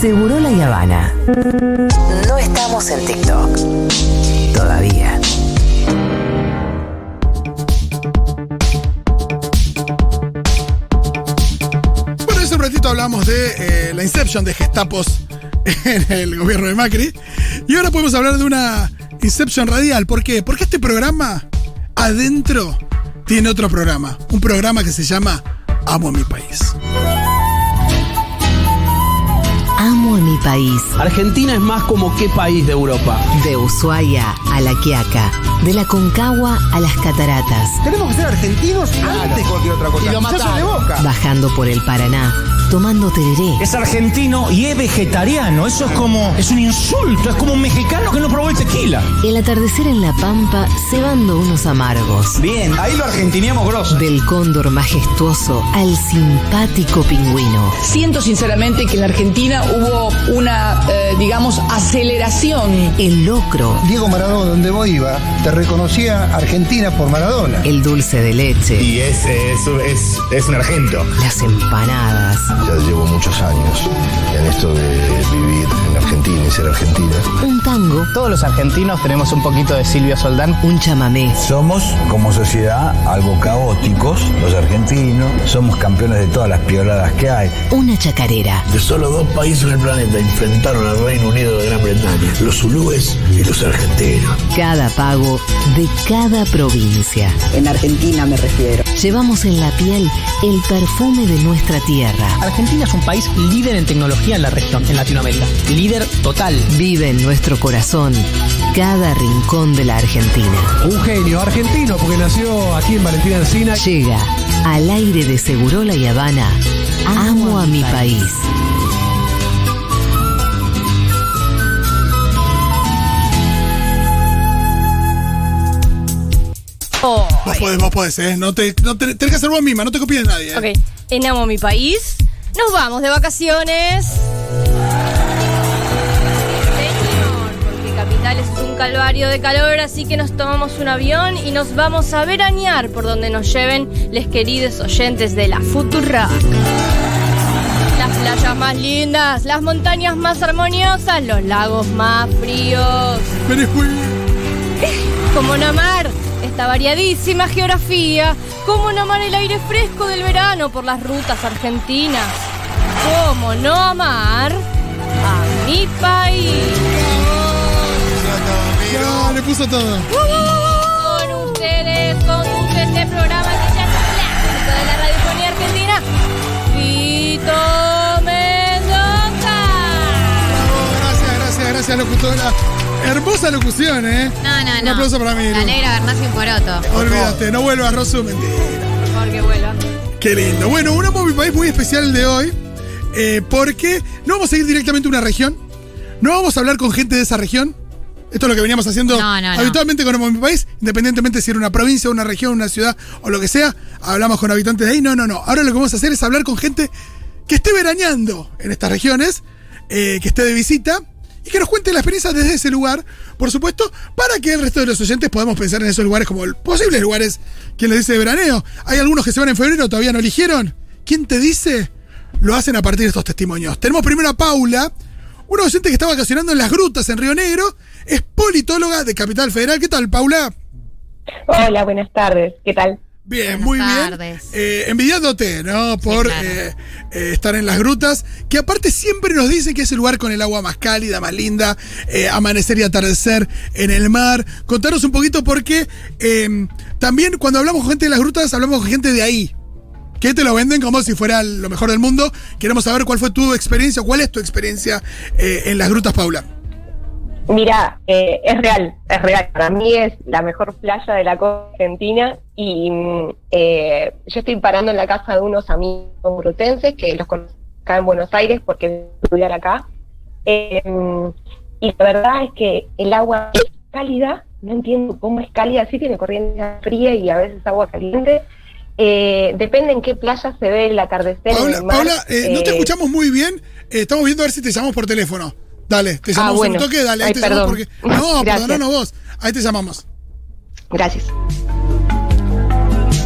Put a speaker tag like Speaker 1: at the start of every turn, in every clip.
Speaker 1: Seguro la Habana. No estamos en TikTok. Todavía.
Speaker 2: Bueno, hace un ratito hablamos de eh, la inception de Gestapos en el gobierno de Macri. Y ahora podemos hablar de una inception radial. ¿Por qué? Porque este programa, adentro, tiene otro programa. Un programa que se llama Amo a mi país.
Speaker 1: Amo a mi país.
Speaker 3: Argentina es más como qué país de Europa.
Speaker 1: De Ushuaia a La Quiaca. De la Concagua a las Cataratas.
Speaker 4: Tenemos que ser argentinos antes que cualquier otra cosa. Y lo de boca.
Speaker 1: Bajando por el Paraná. Tomando tereré.
Speaker 5: Es argentino y es vegetariano. Eso es como. Es un insulto. Es como un mexicano que no probó el tequila.
Speaker 1: El atardecer en La Pampa cebando unos amargos.
Speaker 5: Bien, ahí lo argentineamos grosso.
Speaker 1: Del cóndor majestuoso al simpático pingüino.
Speaker 6: Siento sinceramente que en la Argentina hubo una, eh, digamos, aceleración.
Speaker 1: El locro.
Speaker 4: Diego Maradona, donde vos iba, te reconocía Argentina por Maradona.
Speaker 1: El dulce de leche.
Speaker 7: Y es, es, es, es un argento.
Speaker 1: Las empanadas.
Speaker 7: Ya llevo muchos años en esto de vivir en Argentina y ser argentina.
Speaker 1: Un tango.
Speaker 8: Todos los argentinos tenemos un poquito de Silvio Soldán.
Speaker 1: Un chamamé.
Speaker 9: Somos, como sociedad, algo caóticos, los argentinos. Somos campeones de todas las pioladas que hay.
Speaker 1: Una chacarera.
Speaker 10: De solo dos países en el planeta enfrentaron al Reino Unido de Gran Bretaña. Los zulúes y los argentinos.
Speaker 1: Cada pago de cada provincia.
Speaker 11: En Argentina me refiero.
Speaker 1: Llevamos en la piel el perfume de nuestra tierra.
Speaker 8: Argentina es un país líder en tecnología en la región, en Latinoamérica. Líder total.
Speaker 1: Vive en nuestro corazón cada rincón de la Argentina.
Speaker 12: Un genio argentino porque nació aquí en Valentina Encina.
Speaker 1: Llega al aire de Segurola y Habana. Amo a mi país.
Speaker 13: Oh,
Speaker 2: Vos podés, vos podés, ¿eh? No te, no te- tenés que hacer vos misma, no te copies de nadie. ¿eh?
Speaker 13: ok, en Amo Mi País. Nos vamos de vacaciones. Señor, porque Capital es un calvario de calor, así que nos tomamos un avión y nos vamos a veranear por donde nos lleven les queridos oyentes de la Futura. Las playas más lindas, las montañas más armoniosas, los lagos más fríos.
Speaker 2: Pero es muy-
Speaker 13: Como no amar esta variadísima geografía, como no amar el aire fresco del verano por las rutas argentinas, como no amar a mi país.
Speaker 2: No, le puso todo.
Speaker 13: Con ustedes conduce este programa que ya es clásico de la radiofonía argentina, Vito Mendoza.
Speaker 2: Bravo, gracias, gracias, gracias, locutora. Hermosa locución, ¿eh?
Speaker 14: No, no, no.
Speaker 2: Un aplauso para mí,
Speaker 14: La
Speaker 2: Lu.
Speaker 14: negra Garnacio un poroto.
Speaker 2: Olvídate, no vuelvas, Rosu, mentira.
Speaker 13: Porque vuelva.
Speaker 2: Qué lindo. Bueno, un Amo Mi País muy especial el de hoy, eh, porque no vamos a ir directamente a una región, no vamos a hablar con gente de esa región. Esto es lo que veníamos haciendo
Speaker 14: No, no, no.
Speaker 2: habitualmente con Amo Mi País, independientemente si era una provincia, una región, una ciudad o lo que sea, hablamos con habitantes de ahí. No, no, no. Ahora lo que vamos a hacer es hablar con gente que esté veraneando en estas regiones, eh, que esté de visita y que nos cuente la experiencia desde ese lugar, por supuesto, para que el resto de los oyentes podamos pensar en esos lugares como el- posibles lugares que les dice de veraneo. Hay algunos que se van en febrero, todavía no eligieron. ¿Quién te dice? Lo hacen a partir de estos testimonios. Tenemos primero a Paula, una oyente que está vacacionando en las grutas en Río Negro, es politóloga de Capital Federal. ¿Qué tal, Paula?
Speaker 15: Hola, buenas tardes. ¿Qué tal?
Speaker 2: Bien,
Speaker 14: Buenas
Speaker 2: muy bien.
Speaker 14: tardes.
Speaker 2: Eh, envidiándote, ¿no? Por
Speaker 14: claro.
Speaker 2: eh, eh, estar en las grutas, que aparte siempre nos dicen que es el lugar con el agua más cálida, más linda, eh, amanecer y atardecer en el mar. Contanos un poquito porque eh, también cuando hablamos con gente de las grutas, hablamos con gente de ahí, que te lo venden como si fuera lo mejor del mundo. Queremos saber cuál fue tu experiencia, cuál es tu experiencia eh, en las grutas, Paula.
Speaker 15: Mira, eh, es real, es real. Para mí es la mejor playa de la costa argentina y mm, eh, yo estoy parando en la casa de unos amigos brutenses que los conocí acá en Buenos Aires porque estudiar acá. Eh, y la verdad es que el agua es cálida, no entiendo cómo es cálida, sí tiene corriente fría y a veces agua caliente. Eh, depende en qué playa se ve el atardecer. en
Speaker 2: Paula,
Speaker 15: el mar.
Speaker 2: Paula, eh, no te
Speaker 15: Eh,
Speaker 2: escuchamos muy bien. Eh, estamos viendo a ver si te llamamos por teléfono. Dale, te llamamos
Speaker 15: bueno.
Speaker 2: un toque, dale, ahí
Speaker 15: Ay,
Speaker 2: te llamamos
Speaker 15: perdón.
Speaker 2: porque. No,
Speaker 15: Gracias.
Speaker 2: perdonanos vos. Ahí te llamamos.
Speaker 15: Gracias.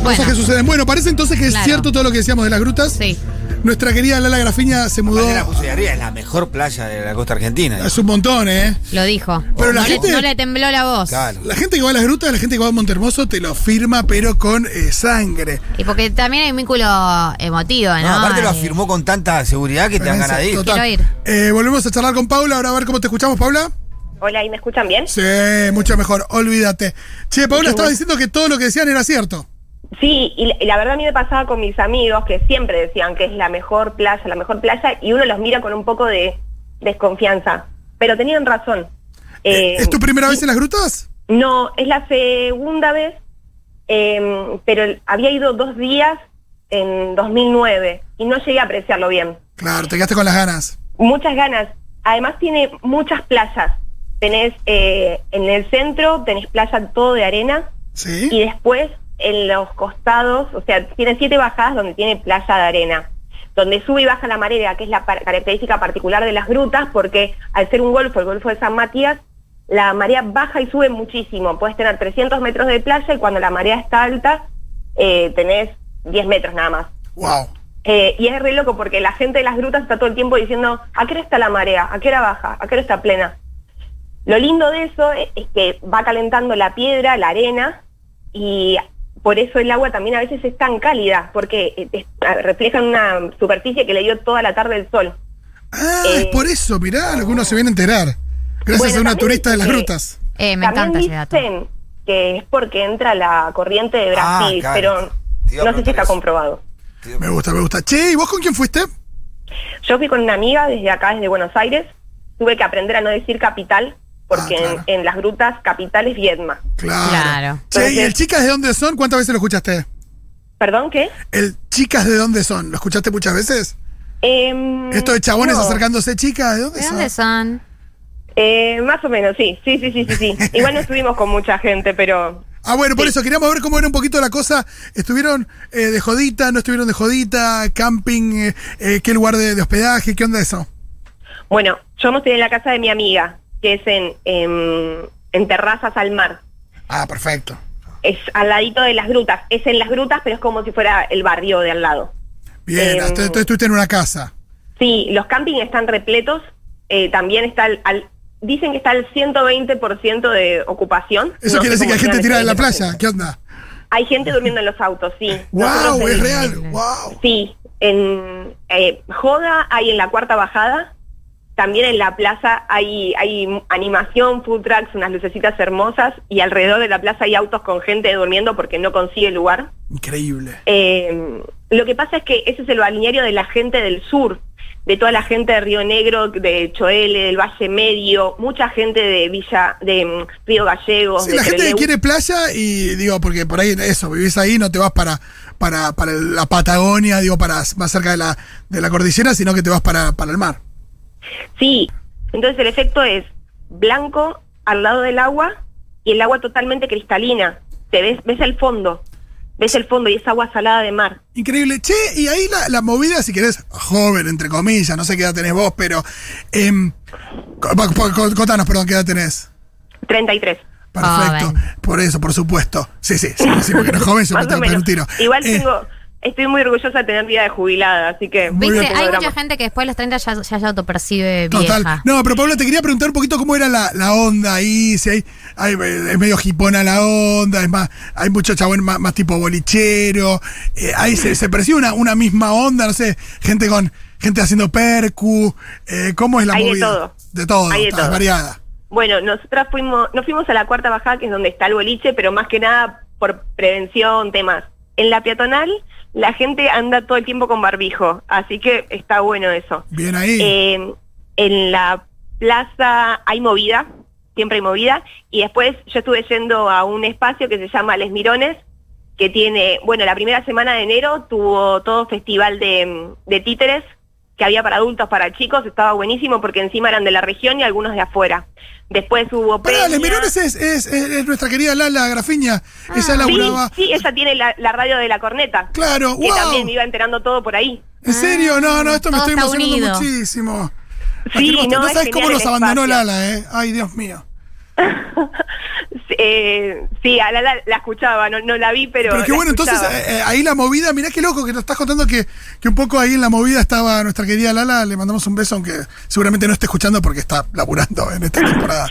Speaker 14: Bueno,
Speaker 2: Cosas que suceden. Bueno, parece entonces que es
Speaker 14: Claro.
Speaker 2: cierto todo lo que decíamos de las grutas.
Speaker 14: sí.
Speaker 2: Nuestra querida Lala Grafiña se mudó.
Speaker 14: La Pusillaría es la mejor playa de la costa argentina.
Speaker 2: Es un montón, ¿eh?
Speaker 16: Lo dijo.
Speaker 2: Pero la
Speaker 16: no,
Speaker 2: gente-
Speaker 16: le, no le tembló la voz.
Speaker 14: Claro.
Speaker 2: La gente que va a las grutas, la gente que va a Montermoso, te lo firma, pero con eh, sangre.
Speaker 16: Y porque también hay un vínculo emotivo, ¿no?
Speaker 14: No, aparte lo
Speaker 16: Eh,
Speaker 14: afirmó con tanta seguridad que te dan ganas de ir.
Speaker 2: Total.
Speaker 16: Quiero ir.
Speaker 2: Eh, volvemos a charlar con Paula, ahora a ver cómo te escuchamos, Paula.
Speaker 15: Hola, ¿y me escuchan bien?
Speaker 2: Sí, mucho mejor, olvídate. Che, Paula,
Speaker 15: Qué
Speaker 2: estaba
Speaker 15: bueno.
Speaker 2: diciendo que todo lo que decían era cierto.
Speaker 15: Sí, y la- y la verdad a mí me pasaba con mis amigos que siempre decían que es la mejor playa, la mejor playa, y uno los mira con un poco de desconfianza. Pero tenían razón. Eh,
Speaker 2: ¿Es tu primera vez en las grutas?
Speaker 15: No, es la segunda vez, eh, pero había ido dos días en 2009 y no llegué a apreciarlo bien.
Speaker 2: Claro, te quedaste con las ganas.
Speaker 15: Muchas ganas. Además tiene muchas playas. Tenés eh, en el centro, tenés playa todo de arena
Speaker 2: Sí.
Speaker 15: y después en los costados, o sea, tiene siete bajadas donde tiene playa de arena, donde sube y baja la marea, que es la par- característica particular de las grutas, porque al ser un golfo, el golfo de San Matías, la marea baja y sube muchísimo. Puedes tener 300 metros de playa y cuando la marea está alta, eh, tenés 10 metros nada más.
Speaker 2: Wow.
Speaker 15: Eh, y es re loco porque la gente de las grutas está todo el tiempo diciendo, ¿a qué hora está la marea? ¿A qué hora baja? ¿A qué hora está plena? Lo lindo de eso es, es que va calentando la piedra, la arena, y por eso el agua también a veces es tan cálida, porque eh, es- ah, refleja en una superficie que le dio toda la tarde el sol.
Speaker 2: Ah, es por eso, mirá lo que uno se viene a enterar. Gracias
Speaker 15: eh, Bueno,
Speaker 2: a una
Speaker 15: también este
Speaker 2: turista de las
Speaker 15: que-
Speaker 2: grutas.
Speaker 16: eh, me
Speaker 15: también
Speaker 16: encanta ese dato.
Speaker 15: dicen que es porque entra la corriente de
Speaker 14: Ah, claro. Te
Speaker 15: Brasil,
Speaker 14: iba
Speaker 15: pero
Speaker 14: a
Speaker 15: no sé si
Speaker 14: preguntar
Speaker 15: está
Speaker 14: eso.
Speaker 15: comprobado.
Speaker 2: Me gusta, me gusta. Che, ¿y vos con quién fuiste?
Speaker 15: Yo fui con una amiga desde acá, desde Buenos Aires. Tuve que aprender a no decir capital, porque
Speaker 2: Ah, claro.
Speaker 15: en, en las grutas capital es Viedma.
Speaker 2: Claro.
Speaker 16: Claro.
Speaker 2: Che, ¿y el Chicas de dónde son? ¿Cuántas veces lo escuchaste?
Speaker 15: ¿Perdón qué?
Speaker 2: ¿El Chicas de dónde son? ¿Lo escuchaste muchas veces?
Speaker 15: Em,
Speaker 2: Esto de chabones
Speaker 15: no.
Speaker 2: acercándose, chicas, ¿de dónde
Speaker 16: ¿De
Speaker 2: son?
Speaker 16: dónde son?
Speaker 15: Eh, más o menos, sí, sí, sí, sí, sí, sí. Igual no estuvimos con mucha gente, pero
Speaker 2: Ah, bueno, por eso queríamos ver cómo era un poquito la cosa. ¿Estuvieron eh, de jodita? ¿No estuvieron de jodita? ¿Camping? eh, eh, ¿Qué lugar de, de hospedaje? ¿Qué onda eso?
Speaker 15: bueno, yo me estoy en la casa de mi amiga, que es en, em, en Terrazas al Mar.
Speaker 2: Ah, perfecto.
Speaker 15: Es al ladito de las grutas. Es en las grutas, pero es como si fuera el barrio de al lado.
Speaker 2: Bien,
Speaker 15: Em,
Speaker 2: hasta- entonces estuviste en una casa.
Speaker 15: Sí, los campings están repletos. eh, también está al, al- dicen que está al 120% de ocupación.
Speaker 2: Eso
Speaker 15: No
Speaker 2: quiere
Speaker 15: sé
Speaker 2: decir que hay
Speaker 15: cómo
Speaker 2: gente
Speaker 15: llegan
Speaker 2: tirada en la
Speaker 15: al 120%.
Speaker 2: playa. ¿Qué onda?
Speaker 15: Hay gente durmiendo en los autos, sí. Nosotros
Speaker 2: ¡Wow!
Speaker 15: en-
Speaker 2: Es real. ¡Wow!
Speaker 15: Sí, en eh, Joda hay en la cuarta bajada. También en la plaza hay, hay animación, food trucks, unas lucecitas hermosas y alrededor de la plaza hay autos con gente durmiendo porque no consigue lugar.
Speaker 2: Increíble.
Speaker 15: Eh, lo que pasa es que ese es el balneario de la gente del sur, de toda la gente de Río Negro, de Choele, del Valle Medio, mucha gente de Villa, de mm, Río Gallegos.
Speaker 2: Sí,
Speaker 15: de
Speaker 2: la gente que
Speaker 15: Trelew.
Speaker 2: quiere playa y digo, porque por ahí eso, vivís ahí, no te vas para, para, para la Patagonia, digo, para más cerca de la, de la cordillera, sino que te vas para, para el mar.
Speaker 15: Sí, entonces el efecto es blanco al lado del agua y el agua totalmente cristalina. Te ves, ves el fondo, ves el fondo y es agua salada de mar.
Speaker 2: Increíble. Che, y ahí la, la movida, si querés, joven, entre comillas, no sé qué edad tenés vos, pero. em, co- co- co- contanos, perdón, qué edad tenés.
Speaker 15: 33.
Speaker 2: Perfecto. Por eso, por supuesto. Sí, sí, sí, sí, porque no es joven, yo me
Speaker 15: Más o
Speaker 2: tengo que pegar
Speaker 15: menos.
Speaker 2: un tiro.
Speaker 15: Igual
Speaker 2: Eh,
Speaker 15: tengo, estoy muy orgullosa de tener vida de jubilada, así que no
Speaker 16: Viste,
Speaker 15: tengo
Speaker 16: hay
Speaker 15: drama.
Speaker 16: mucha gente que después de los 30 ya, ya se autopercibe
Speaker 2: Total.
Speaker 16: vieja.
Speaker 2: No, pero Paula, te quería preguntar un poquito cómo era la, la onda ahí, si hay, hay- es medio jipona la onda, es más, hay mucho chabón más, más tipo bolichero, eh, ahí se, se percibe una, una misma onda, no sé, gente con, gente haciendo percu, eh, ¿cómo es la
Speaker 15: Hay de
Speaker 2: movida?
Speaker 15: todo.
Speaker 2: De todo,
Speaker 15: Hay de
Speaker 2: está
Speaker 15: todo.
Speaker 2: variada.
Speaker 15: Bueno, nosotras fuimos, nos fuimos a la cuarta bajada, que es donde está el boliche, pero más que nada por prevención, temas. En la peatonal, la gente anda todo el tiempo con barbijo, así que está bueno eso.
Speaker 2: Bien ahí.
Speaker 15: Eh, en la plaza hay movida, siempre hay movida, y después yo estuve yendo a un espacio que se llama Les Mirones, que tiene, bueno, la primera semana de enero tuvo todo festival de, mm, de títeres que había para adultos, para chicos, estaba buenísimo porque encima eran de la región y algunos de afuera. Después hubo
Speaker 2: Pará, Les
Speaker 15: peña.
Speaker 2: Mirones es, es- es- es nuestra querida Lala Grafiña, ella
Speaker 15: Sí,
Speaker 2: laburaba.
Speaker 15: Ah. sí, ella tiene la, la radio de la corneta.
Speaker 2: Claro,
Speaker 15: que
Speaker 2: wow.
Speaker 15: también me iba enterando todo por ahí.
Speaker 2: ¿En serio? No, no, esto me
Speaker 16: todo
Speaker 2: estoy
Speaker 16: está
Speaker 2: emocionando
Speaker 16: unido.
Speaker 2: muchísimo.
Speaker 15: Sí,
Speaker 2: Afirmaste,
Speaker 15: no, es
Speaker 2: sabes cómo
Speaker 15: genial
Speaker 2: nos eh.
Speaker 15: el
Speaker 2: abandonó
Speaker 15: espacio.
Speaker 2: Lala, ¿eh? Ay, Dios mío.
Speaker 15: Sí, eh, sí, a la, la, la escuchaba, no, no la vi, pero.
Speaker 2: Pero qué
Speaker 15: la
Speaker 2: bueno, entonces
Speaker 15: escuchaba.
Speaker 2: eh, eh, ahí la movida, mirá qué loco que nos estás contando que, que un poco ahí en la movida estaba nuestra querida Lala, le mandamos un beso, aunque seguramente no esté escuchando porque está laburando en esta temporada.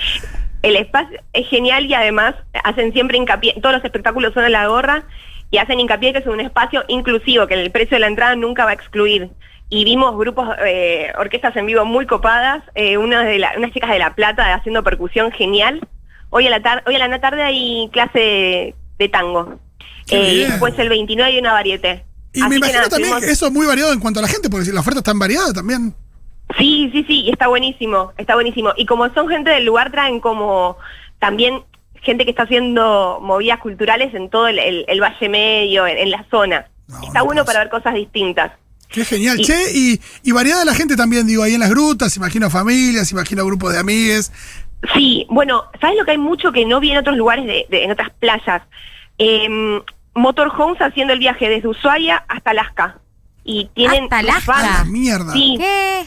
Speaker 15: El espacio es genial y además hacen siempre hincapié, todos los espectáculos son a la gorra y hacen hincapié que es un espacio inclusivo, que el precio de la entrada nunca va a excluir. Y vimos grupos, eh, orquestas en vivo muy copadas, eh, una de la- unas chicas de La Plata haciendo percusión genial. Hoy a la, tar- hoy a la tarde hay clase de tango.
Speaker 2: Qué
Speaker 15: Eh, y
Speaker 2: bien.
Speaker 15: después el 29 hay una varieté.
Speaker 2: Y me
Speaker 15: Así que
Speaker 2: imagino
Speaker 15: nada,
Speaker 2: también
Speaker 15: tuvimos-
Speaker 2: que eso es muy variado en cuanto a la gente, porque si la oferta es tan variada también.
Speaker 15: Sí, sí, sí, y está buenísimo, está buenísimo. Y como son gente del lugar, traen como también gente que está haciendo movidas culturales en todo el, el- el Valle Medio, en, en la zona. está bueno para ver cosas distintas.
Speaker 2: Qué genial,
Speaker 15: Y-
Speaker 2: che, y, y variada la gente también, digo, ahí en las grutas, imagino familias, imagino grupos de amigues.
Speaker 15: Sí, bueno, ¿sabes lo que hay mucho que no vi en otros lugares, de, de- en otras playas? Em, motorhomes haciendo el viaje desde Ushuaia hasta Alaska. Y tienen
Speaker 16: Hasta
Speaker 15: sus
Speaker 16: Alaska.
Speaker 15: bandas.
Speaker 16: Ah,
Speaker 2: mierda.
Speaker 15: Sí,
Speaker 16: ¿Qué?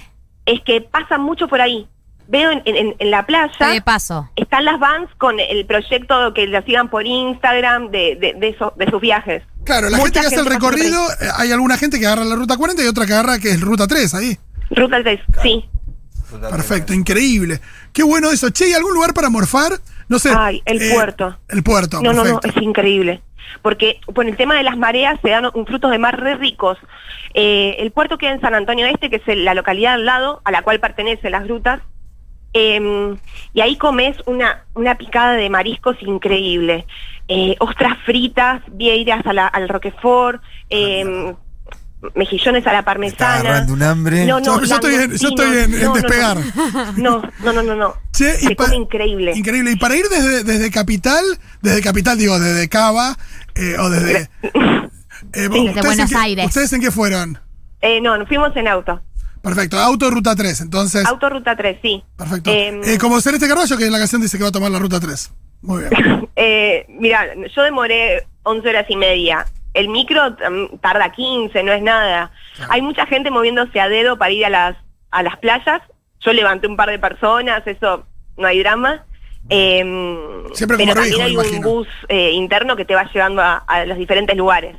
Speaker 15: es que pasa mucho por ahí. Veo en, en- en la playa...
Speaker 16: Estoy de paso.
Speaker 15: Están las vans con el proyecto que la sigan por Instagram de, de, de esos- de sus viajes.
Speaker 2: Claro, la
Speaker 15: Mucha
Speaker 2: gente que hace el
Speaker 15: pasa por ahí.
Speaker 2: recorrido, eh, hay alguna gente que agarra la ruta 40 y otra que agarra que es ruta 3 ahí.
Speaker 15: Ruta 3, sí.
Speaker 2: Perfecto, increíble. Qué bueno eso. Che, ¿y algún lugar para morfar? No sé.
Speaker 15: Ay, el
Speaker 2: eh,
Speaker 15: puerto.
Speaker 2: El puerto,
Speaker 15: No, no, no,
Speaker 2: perfecto.
Speaker 15: es increíble. Porque por el tema de las mareas se dan un frutos de mar re ricos. Eh, el puerto queda en San Antonio Este, que es el- la localidad al lado, a la cual pertenecen las grutas. Eh, y ahí comes una, una picada de mariscos increíble. Eh, ostras fritas, vieiras a la- al roquefort, eh, mejillones a la parmesana.
Speaker 14: agarrando un hambre.
Speaker 15: No, no,
Speaker 2: Yo- yo estoy en- yo estoy en- en
Speaker 15: langostinos.
Speaker 2: despegar.
Speaker 15: No, no, no, no. no, no.
Speaker 2: Che, y
Speaker 15: Se
Speaker 2: pa-
Speaker 15: come increíble.
Speaker 2: Increíble. Y para ir desde, desde Capital, desde Capital digo, desde Cava, eh, o desde... eh,
Speaker 16: desde
Speaker 2: ¿ustedes
Speaker 16: Buenos
Speaker 2: en qué-
Speaker 16: Aires.
Speaker 2: ¿Ustedes en qué fueron?
Speaker 15: Eh, no, nos fuimos en auto.
Speaker 2: Perfecto, auto ruta 3, entonces...
Speaker 15: Autoruta 3, sí.
Speaker 2: perfecto.
Speaker 15: em,
Speaker 2: Eh, como Celeste Carballo, que en la canción dice que va a tomar la ruta 3. Muy bien.
Speaker 15: Eh, mira, yo demoré 11 horas y media. El micro mm, tarda 15, no es nada. Hay mucha gente moviéndose a dedo para ir a las, a las playas. Yo levanté un par de personas, eso no hay drama. Em,
Speaker 2: Siempre con
Speaker 15: pero
Speaker 2: barbijo,
Speaker 15: también hay
Speaker 2: me
Speaker 15: un
Speaker 2: imagino.
Speaker 15: bus eh, interno que te va llevando a, a los diferentes lugares.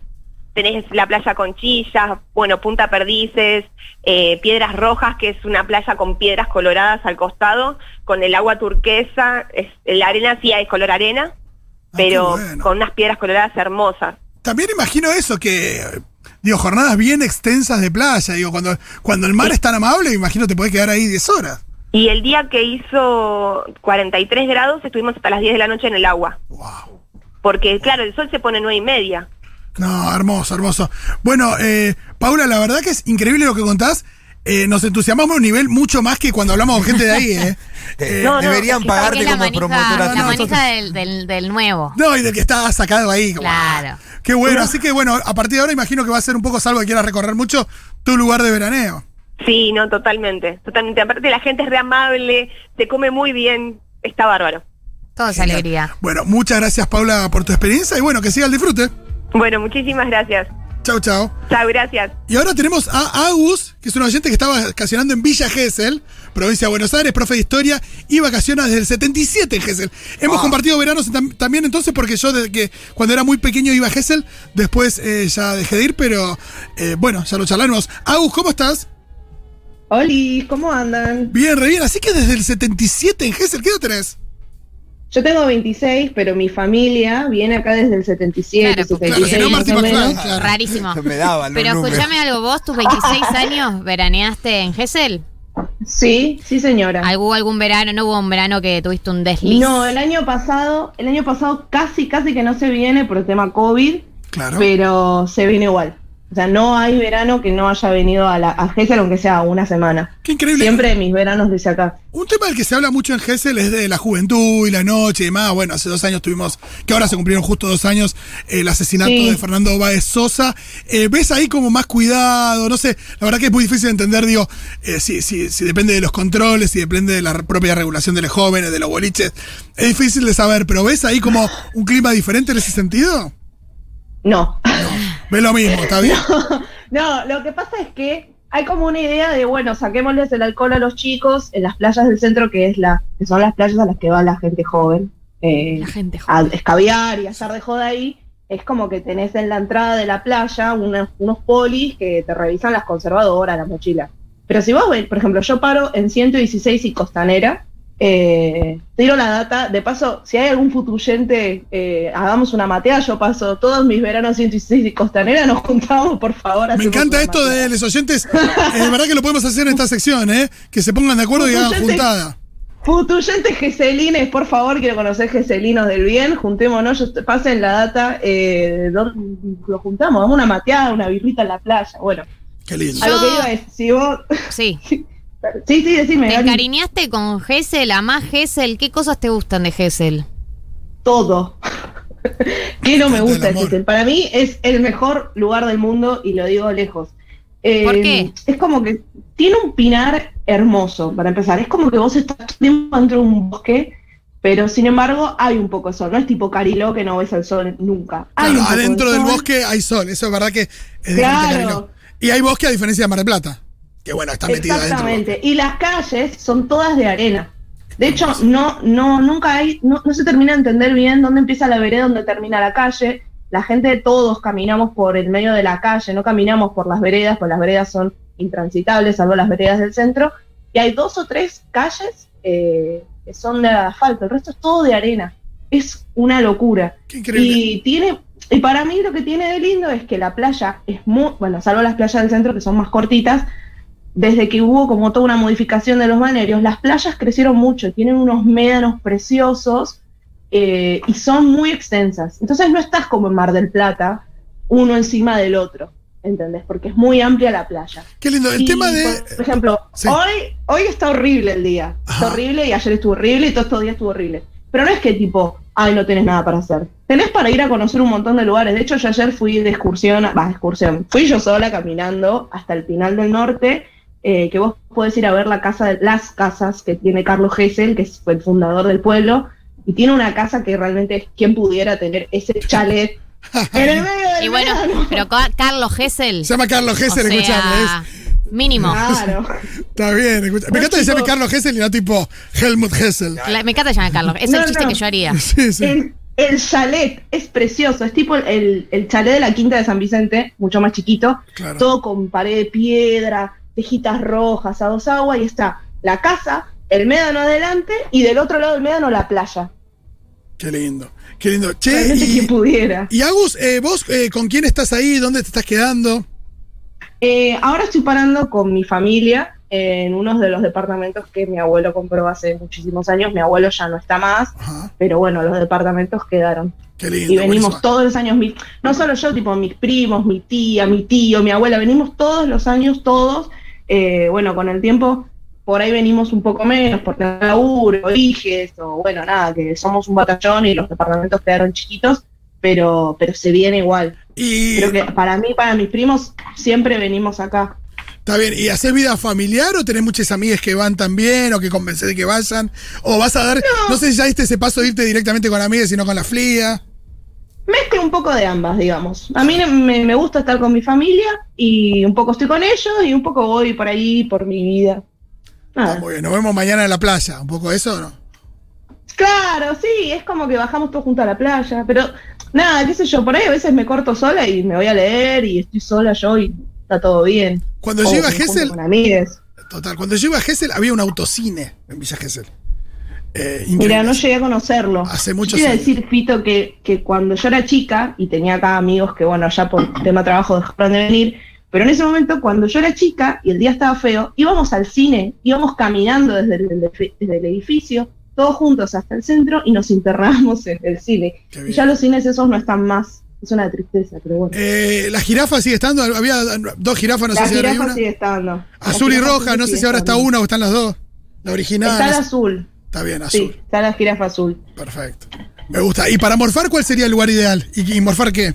Speaker 15: Tenés la playa Conchillas, bueno, Punta Perdices, eh, Piedras Rojas, que es una playa con piedras coloradas al costado, con el agua turquesa, es- la arena sí es color arena, pero
Speaker 2: Ah, qué bueno.
Speaker 15: con unas piedras coloradas hermosas.
Speaker 2: También imagino eso, que... eh, Digo, jornadas bien extensas de playa. Digo, cuando, cuando el mar es tan amable, imagino te podés quedar ahí 10 horas.
Speaker 15: Y el día que hizo 43 grados estuvimos hasta las 10 de la noche en el agua. Porque claro, el sol se pone nueve y media.
Speaker 2: No, hermoso, hermoso. Bueno, eh, Paula, la verdad que es increíble lo que contás. Eh, nos entusiasmamos a un nivel mucho más que cuando hablamos con gente de ahí, ¿eh?
Speaker 14: Te-
Speaker 2: Eh,
Speaker 15: No, no,
Speaker 14: deberían
Speaker 15: es que
Speaker 14: pagarte
Speaker 16: Porque la
Speaker 14: como promotora.
Speaker 16: manija, la
Speaker 14: turística.
Speaker 16: manija del, del, del nuevo.
Speaker 2: No, y de que está sacado ahí. como,
Speaker 16: Claro.
Speaker 2: ah, Qué bueno, así que bueno, a partir de ahora imagino que va a ser un poco, salvo que quieras recorrer mucho, tu lugar de veraneo.
Speaker 15: Sí, no, totalmente, totalmente. Aparte la gente es re amable, se come muy bien, está bárbaro.
Speaker 16: Todo es alegría.
Speaker 2: Bueno, muchas gracias Paula por tu experiencia y bueno, que siga el disfrute.
Speaker 15: Bueno, muchísimas gracias.
Speaker 2: Chau, chau.
Speaker 15: Chao, gracias.
Speaker 2: Y ahora tenemos a Agus, que es un oyente que está vacacionando en Villa Gesell, provincia de Buenos Aires, profe de historia, y vacaciona desde el 77 en Gesell. Hemos
Speaker 14: Ah.
Speaker 2: compartido veranos tam- también entonces, porque yo desde que cuando era muy pequeño iba a Gesell, después eh, ya dejé de ir, pero eh, bueno, ya lo charlamos. Agus, ¿cómo estás?
Speaker 17: Oli, ¿cómo andan?
Speaker 2: Bien, re bien. Así que desde el 77 en Gesell, ¿qué edad tenés?
Speaker 17: Yo tengo 26, pero mi familia viene acá desde el 77,
Speaker 16: Claro, porque-
Speaker 2: Claro,
Speaker 17: 76
Speaker 2: si no,
Speaker 17: más
Speaker 2: Martín
Speaker 17: o
Speaker 2: McFly.
Speaker 17: menos.
Speaker 2: Claro.
Speaker 16: Rarísimo.
Speaker 14: Me daban los
Speaker 16: Pero
Speaker 14: números.
Speaker 16: escúchame algo, vos, tus 26 años, veraneaste en Gesell.
Speaker 17: Sí, sí señora.
Speaker 16: ¿Hubo algún verano, no hubo un verano que tuviste un desliz?
Speaker 17: No, el año pasado, el año pasado casi, casi que no se viene por el tema COVID,
Speaker 2: Claro.
Speaker 17: pero se viene igual. O sea, no hay verano que no haya venido a, la, a Gesell, aunque sea una semana.
Speaker 2: Qué increíble.
Speaker 17: Siempre mis veranos desde acá.
Speaker 2: Un tema del que se habla mucho en Gesell es de la juventud y la noche y demás. Bueno, hace dos años tuvimos, que ahora se cumplieron justo dos años, el asesinato
Speaker 17: Sí.
Speaker 2: de Fernando Báez Sosa. Eh, ¿Ves ahí como más cuidado? No sé, la verdad que es muy difícil de entender, digo, eh, si, si- si depende de los controles, si depende de la re- propia regulación de los jóvenes, de los boliches. Es difícil de saber, pero ¿ves ahí como un clima diferente en ese sentido?
Speaker 17: No.
Speaker 2: ¿Ves lo mismo? ¿Está bien?
Speaker 17: No, lo que pasa es que hay como una idea de, bueno, saquémosles el alcohol a los chicos en las playas del centro, que es la que son las playas a las que va la gente joven. eh, a escabiar y hacer de joda ahí, es como que tenés en la entrada de la playa unos, unos polis que te revisan las conservadoras, las mochilas. Pero si vos ves, por ejemplo, yo paro en 116 y Costanera, eh, tiro la data, de paso, si hay algún futuyente, eh, hagamos una mateada, yo paso todos mis veranos 116 y Costanera, nos juntamos, por favor.
Speaker 2: Me encanta esto mateada. de los oyentes, eh, de verdad que lo podemos hacer en esta sección, eh, que se pongan de acuerdo futuyente, y hagan juntada.
Speaker 17: Futuyentes geselines, por favor, quiero conocer geselinos del bien, juntémonos, yo, pasen la data, eh, lo juntamos, damos una mateada, una birrita en la playa, bueno.
Speaker 2: Qué lindo.
Speaker 17: A lo que iba es, si vos.
Speaker 16: Sí.
Speaker 17: sí, sí, decime.
Speaker 16: ¿Te encariñaste con Gessel? ¿Amás Gessel? ¿Qué cosas te gustan de Gessel?
Speaker 17: Todo. ¿Qué no me gusta Gessel? Para mí es el mejor lugar del mundo y lo digo lejos.
Speaker 16: Eh, ¿Por qué?
Speaker 17: Es como que tiene un pinar hermoso, para empezar. Es como que vos estás dentro de un bosque. Pero sin embargo, hay un poco de sol. No es tipo Cariló que no ves el sol nunca. Hay
Speaker 2: claro, adentro de del bosque hay sol. Eso es verdad que es
Speaker 17: claro.
Speaker 2: Y hay bosque a diferencia de Mar del Plata. Que bueno, está metido
Speaker 17: Exactamente. Adentro. Y las calles son todas de arena. De hecho, no, no, nunca hay, no, no, se termina de entender bien dónde empieza la vereda, dónde termina la calle. La gente, todos caminamos por el medio de la calle, no caminamos por las veredas, porque las veredas son intransitables, salvo las veredas del centro. Y hay dos o tres calles eh, que son de asfalto, el resto es todo de arena. Es una locura.
Speaker 2: Qué increíble.
Speaker 17: Y tiene y para mí lo que tiene de lindo es que la playa es muy, bueno, salvo las playas del centro que son más cortitas, desde que hubo como toda una modificación de los balnearios, las playas crecieron mucho, tienen unos médanos preciosos eh, y son muy extensas. Entonces no estás como en Mar del Plata, uno encima del otro, ¿entendés? Porque es muy amplia la playa.
Speaker 2: Qué lindo, el
Speaker 17: y,
Speaker 2: tema de...
Speaker 17: Por, por ejemplo, sí. hoy, hoy está horrible el día, está horrible y ayer estuvo horrible y todos estos días estuvo horrible. Pero no es que tipo, ay, no tenés nada para hacer. Tenés para ir a conocer un montón de lugares. De hecho, yo ayer fui de excursión, va, excursión, fui yo sola caminando hasta el Pinal del Norte, eh, que vos podés ir a ver la casa de, las casas que tiene Carlos Gesell, que fue el fundador del pueblo, y tiene una casa que realmente es quien pudiera tener ese chalet. en el medio del
Speaker 16: y bueno,
Speaker 17: verano.
Speaker 16: pero Carlos Gesell.
Speaker 2: Se llama Carlos Gesell, o sea... escuchame.
Speaker 16: Mínimo.
Speaker 17: Claro.
Speaker 2: Está bien. Escucha. Me encanta que se llame Carlos Hessel y no tipo Helmut Hessel.
Speaker 16: La, me encanta llamar Carlos. Es no, el chiste no. que yo haría.
Speaker 2: Sí, sí.
Speaker 17: El, el, chalet es precioso. Es tipo el, el, chalet de la quinta de San Vicente, mucho más chiquito.
Speaker 2: Claro.
Speaker 17: Todo con pared de piedra, tejitas rojas, a dos aguas. Y está la casa, el médano adelante y del otro lado del médano la playa.
Speaker 2: Qué lindo. Qué lindo. Che,
Speaker 17: y, quien pudiera.
Speaker 2: Y Agus, eh, vos eh, con quién estás ahí? ¿Dónde te estás quedando?
Speaker 17: Eh, ahora estoy parando con mi familia en uno de los departamentos que mi abuelo compró hace muchísimos años. Mi abuelo ya no está más,
Speaker 2: Ajá.
Speaker 17: pero bueno, los departamentos quedaron.
Speaker 2: Qué lindo,
Speaker 17: y venimos buenísimo. todos los años, mi, no solo yo, tipo mis primos, mi tía, mi tío, mi abuela, venimos todos los años, todos. Eh, bueno, con el tiempo por ahí venimos un poco menos, por tener laburo, hijes, o bueno, nada, que somos un batallón y los departamentos quedaron chiquitos pero, pero se viene igual.
Speaker 2: Y
Speaker 17: Creo que para mí, para mis primos, siempre venimos acá.
Speaker 2: Está bien, ¿y haces vida familiar o tenés muchas amigas que van también o que convences de que vayan? ¿O vas a dar, no, no sé si ya diste ese paso de irte directamente con amigas, sino con la flia?
Speaker 17: Mezclo un poco de ambas, digamos. A mí me, me gusta estar con mi familia y un poco estoy con ellos y un poco voy por ahí por mi vida.
Speaker 2: Nada. Ah, muy bien, nos vemos mañana en la playa, un poco eso, ¿no?
Speaker 17: Claro, sí, es como que bajamos todos juntos a la playa, pero nada, qué sé yo, por ahí a veces me corto sola y me voy a leer y estoy sola yo y está todo bien.
Speaker 2: Cuando yo iba a Gessel.
Speaker 17: Oh, Con amigues.
Speaker 2: Total, cuando yo iba a Gessel había un autocine en Villa Gesell.
Speaker 17: Eh, Mira, no llegué a conocerlo.
Speaker 2: Hace muchos
Speaker 17: Quiero decir, Fito, que, que cuando yo era chica y tenía acá amigos que, bueno, ya por tema trabajo dejaron de venir, pero en ese momento, cuando yo era chica y el día estaba feo, íbamos al cine, íbamos caminando desde el, desde el edificio, todos juntos hasta el centro y nos internamos en el cine. Y ya los cines esos no están más. Es una tristeza, pero bueno.
Speaker 2: Eh, ¿La jirafa sigue estando? Había dos jirafas, no
Speaker 17: la
Speaker 2: sé
Speaker 17: jirafa
Speaker 2: si ahora
Speaker 17: sigue estando.
Speaker 2: Azul y roja, no sé si ahora está una o están las dos. La original.
Speaker 17: Está la
Speaker 2: no sé.
Speaker 17: azul.
Speaker 2: Está bien, azul.
Speaker 17: Sí, está la jirafa azul.
Speaker 2: Perfecto. Me gusta. ¿Y para morfar cuál sería el lugar ideal? ¿Y, y morfar qué?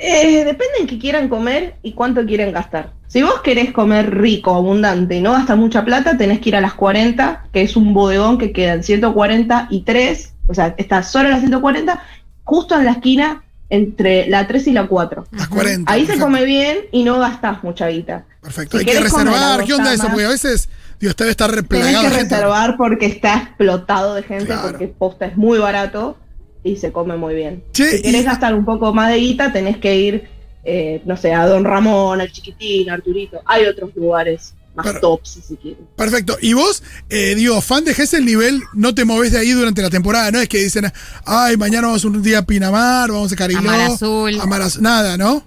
Speaker 17: Eh, depende en qué quieran comer y cuánto quieren gastar. Si vos querés comer rico, abundante y no gastar mucha plata, tenés que ir a las 40, que es un bodegón que queda en 143, o sea, está solo en las 140, justo en la esquina entre la 3 y la 4.
Speaker 2: Las 40.
Speaker 17: Ahí se
Speaker 2: perfecto.
Speaker 17: come bien y no gastás mucha guita.
Speaker 2: Perfecto.
Speaker 17: Si
Speaker 2: Hay que
Speaker 17: querés comer
Speaker 2: reservar.
Speaker 17: algo,
Speaker 2: ¿Qué onda
Speaker 17: está
Speaker 2: eso?
Speaker 17: más.
Speaker 2: Porque a veces, digo, usted está
Speaker 17: Tenés
Speaker 2: replegado.
Speaker 17: que
Speaker 2: de gente.
Speaker 17: reservar porque está explotado de gente,
Speaker 2: Claro.
Speaker 17: porque posta es muy barato y se come muy bien.
Speaker 2: Che,
Speaker 17: si querés gastar un poco más de guita, tenés que ir, eh, no sé, a Don Ramón, al Chiquitín, a Arturito. Hay otros lugares más tops, si se quiere.
Speaker 2: Perfecto. Y vos, eh, digo, fan de el nivel, no te movés de ahí durante la temporada, ¿no? Es que dicen, ay, mañana vamos un día a Pinamar, vamos a Cariló.
Speaker 16: A Mar Azul.
Speaker 2: a Mar Azul", Nada, ¿no?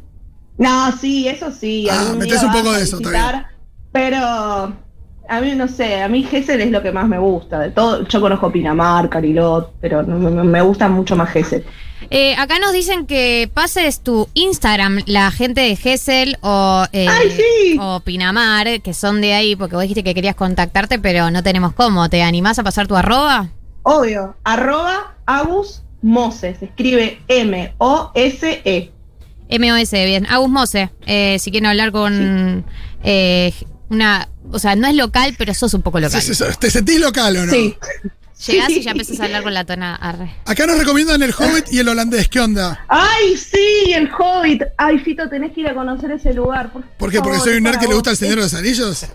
Speaker 17: No, sí, eso sí.
Speaker 2: Ah,
Speaker 17: algún
Speaker 2: metés
Speaker 17: día
Speaker 2: un poco
Speaker 17: vas a
Speaker 2: de eso, está
Speaker 17: visitar,
Speaker 2: bien.
Speaker 17: Pero a mí no sé, a mí Gesell es lo que más me gusta. De todo, yo conozco Pinamar, Carilot, pero no- me, me gusta mucho más Gesell.
Speaker 16: Eh, acá nos dicen que pases tu Instagram, la gente de Gesell o, eh, o Pinamar, que son de ahí, porque vos dijiste que querías contactarte, pero no tenemos cómo. ¿Te animás a pasar tu arroba?
Speaker 17: Obvio, arroba Agus Moses, se escribe M-O-S-E.
Speaker 16: MOS, bien. Agus Mose, eh, si quieren hablar con eh, una... O sea, no es local, pero sos un poco local.
Speaker 2: Sí, sí, sí. ¿Te sentís local o no?
Speaker 17: Sí.
Speaker 16: Llegás y ya empezás a hablar con la tona arre.
Speaker 2: Acá nos recomiendan el Hobbit y el holandés. ¿Qué onda?
Speaker 17: ¡Ay, sí! El Hobbit. Ay, Fito, tenés que ir a conocer ese lugar. Por
Speaker 2: ¿Por qué? ¿Porque
Speaker 17: favor,
Speaker 2: soy un
Speaker 17: para
Speaker 2: nerd que le
Speaker 17: vos.
Speaker 2: gusta el Señor de los Anillos?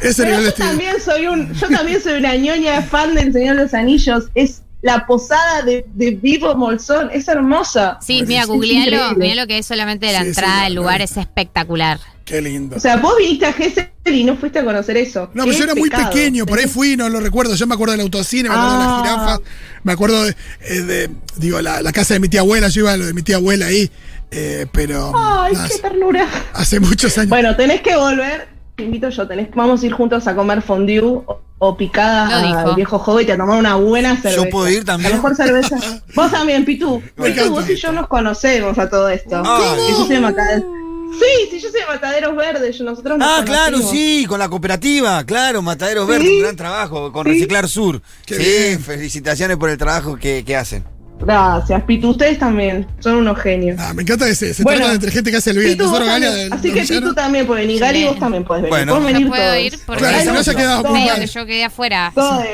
Speaker 2: Ese nivel
Speaker 17: Pero
Speaker 2: de
Speaker 17: yo
Speaker 2: estilo.
Speaker 17: también soy un, yo también soy una ñoña fan del Señor de los Anillos. Es la posada de, de Vivo Molsón, es hermosa.
Speaker 16: Sí, mira,
Speaker 17: Es
Speaker 16: googlealo,
Speaker 17: increíble.
Speaker 16: mira lo que es solamente la
Speaker 17: Sí, sí,
Speaker 16: entrada
Speaker 17: la-
Speaker 16: del
Speaker 17: la
Speaker 16: lugar, es
Speaker 17: vista.
Speaker 16: espectacular.
Speaker 2: Qué lindo.
Speaker 17: O sea, este vos viniste a Gessel y no fuiste a conocer eso.
Speaker 2: No, pero
Speaker 17: Qué
Speaker 2: yo era muy
Speaker 17: pecado.
Speaker 2: pequeño, por ahí fui, no lo recuerdo. Yo me acuerdo del autocine, me acuerdo
Speaker 17: Ah.
Speaker 2: de las jirafas, me acuerdo de, eh, de, digo, la, la casa de mi tía abuela, yo iba a lo de mi tía abuela ahí, eh, pero
Speaker 17: Ay,
Speaker 2: nada,
Speaker 17: qué ternura.
Speaker 2: hace muchos años.
Speaker 17: Bueno, tenés que volver. Te invito yo, tenés, vamos a ir juntos a comer fondue o, o
Speaker 16: Lo
Speaker 17: picada
Speaker 16: dijo.
Speaker 17: al viejo hobbit y a tomar una buena cerveza.
Speaker 14: puedo ir también?
Speaker 17: La mejor cerveza. vos también, Pitu. Pitu, vos y yo nos conocemos a todo esto.
Speaker 14: Ay.
Speaker 17: Que yo soy de Macade- Sí, sí, yo soy de Mataderos Verdes, yo- nosotros nos
Speaker 14: Ah, claro,
Speaker 17: conocimos.
Speaker 14: sí, con la cooperativa, claro, Mataderos
Speaker 17: Sí.
Speaker 14: Verdes, un gran trabajo, con
Speaker 17: Sí.
Speaker 14: Reciclar Sur.
Speaker 2: Qué
Speaker 14: sí,
Speaker 2: bien.
Speaker 14: felicitaciones por el trabajo que, que hacen.
Speaker 17: Gracias, Pitu. Ustedes también son unos genios.
Speaker 2: Ah, me encanta ese, se
Speaker 17: Bueno,
Speaker 2: trata de entre gente que hace el bien.
Speaker 17: Pitu, vos
Speaker 2: Nosotros, Galia,
Speaker 17: también.
Speaker 2: de-
Speaker 17: Así
Speaker 2: de
Speaker 17: que
Speaker 2: Luciano.
Speaker 17: Pitu también puede venir, Gali, vos también podés venir.
Speaker 14: Bueno.
Speaker 17: Podés
Speaker 16: No
Speaker 17: venir
Speaker 16: puedo
Speaker 17: todos.
Speaker 16: ir porque
Speaker 2: Claro, si no, ya quedaba
Speaker 17: Todos,
Speaker 2: muy
Speaker 16: medio
Speaker 2: mal.
Speaker 16: que yo quedé afuera.
Speaker 17: todos.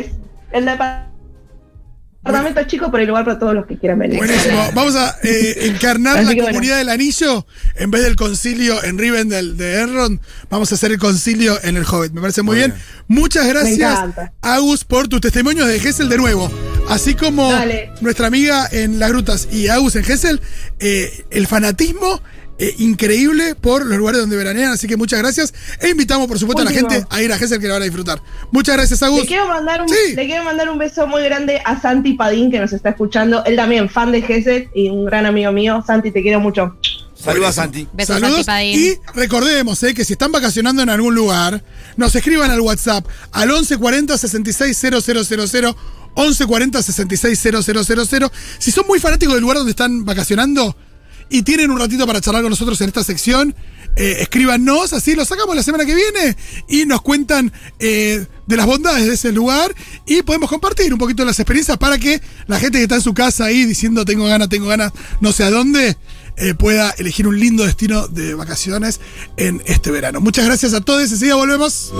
Speaker 17: El departamento es chico, pero hay lugar para todos los que quieran venir.
Speaker 2: Buenísimo. Vamos a eh, encarnar
Speaker 17: Así
Speaker 2: la
Speaker 17: que bueno.
Speaker 2: comunidad del anillo en vez del concilio en Rivendell de Erron. Vamos a hacer el concilio en el Hobbit. Me parece muy, bien. Muchas gracias,
Speaker 17: encanta.
Speaker 2: Agus, por tus testimonios de Gessel de nuevo. Así como
Speaker 17: Dale.
Speaker 2: nuestra amiga en Las Grutas y Agus en Gessel, eh, el fanatismo. eh, increíble por los lugares donde veranean, así que muchas gracias. E invitamos, por supuesto, a
Speaker 17: Buenísimo.
Speaker 2: la gente a ir a Gessel que la van a disfrutar. Muchas gracias, Agus.
Speaker 17: Le quiero, mandar un,
Speaker 2: Sí.
Speaker 17: le quiero mandar un beso muy grande a Santi Padín, que nos está escuchando. Él también, fan de Gesset y un gran amigo mío. Santi, te quiero mucho.
Speaker 14: Saludos a Santi.
Speaker 16: Besos a ti,
Speaker 2: Saludos.
Speaker 16: Padín.
Speaker 2: Y recordemos eh, que si están vacacionando en algún lugar, nos escriban al WhatsApp al 1140 660000. 1140 660000. Si son muy fanáticos del lugar donde están vacacionando y tienen un ratito para charlar con nosotros en esta sección, eh, escríbanos, así lo sacamos la semana que viene y nos cuentan eh, de las bondades de ese lugar y podemos compartir un poquito de las experiencias para que la gente que está en su casa ahí diciendo tengo ganas, tengo ganas, no sé a dónde, eh, pueda elegir un lindo destino de vacaciones en este verano. Muchas gracias a todos, enseguida volvemos.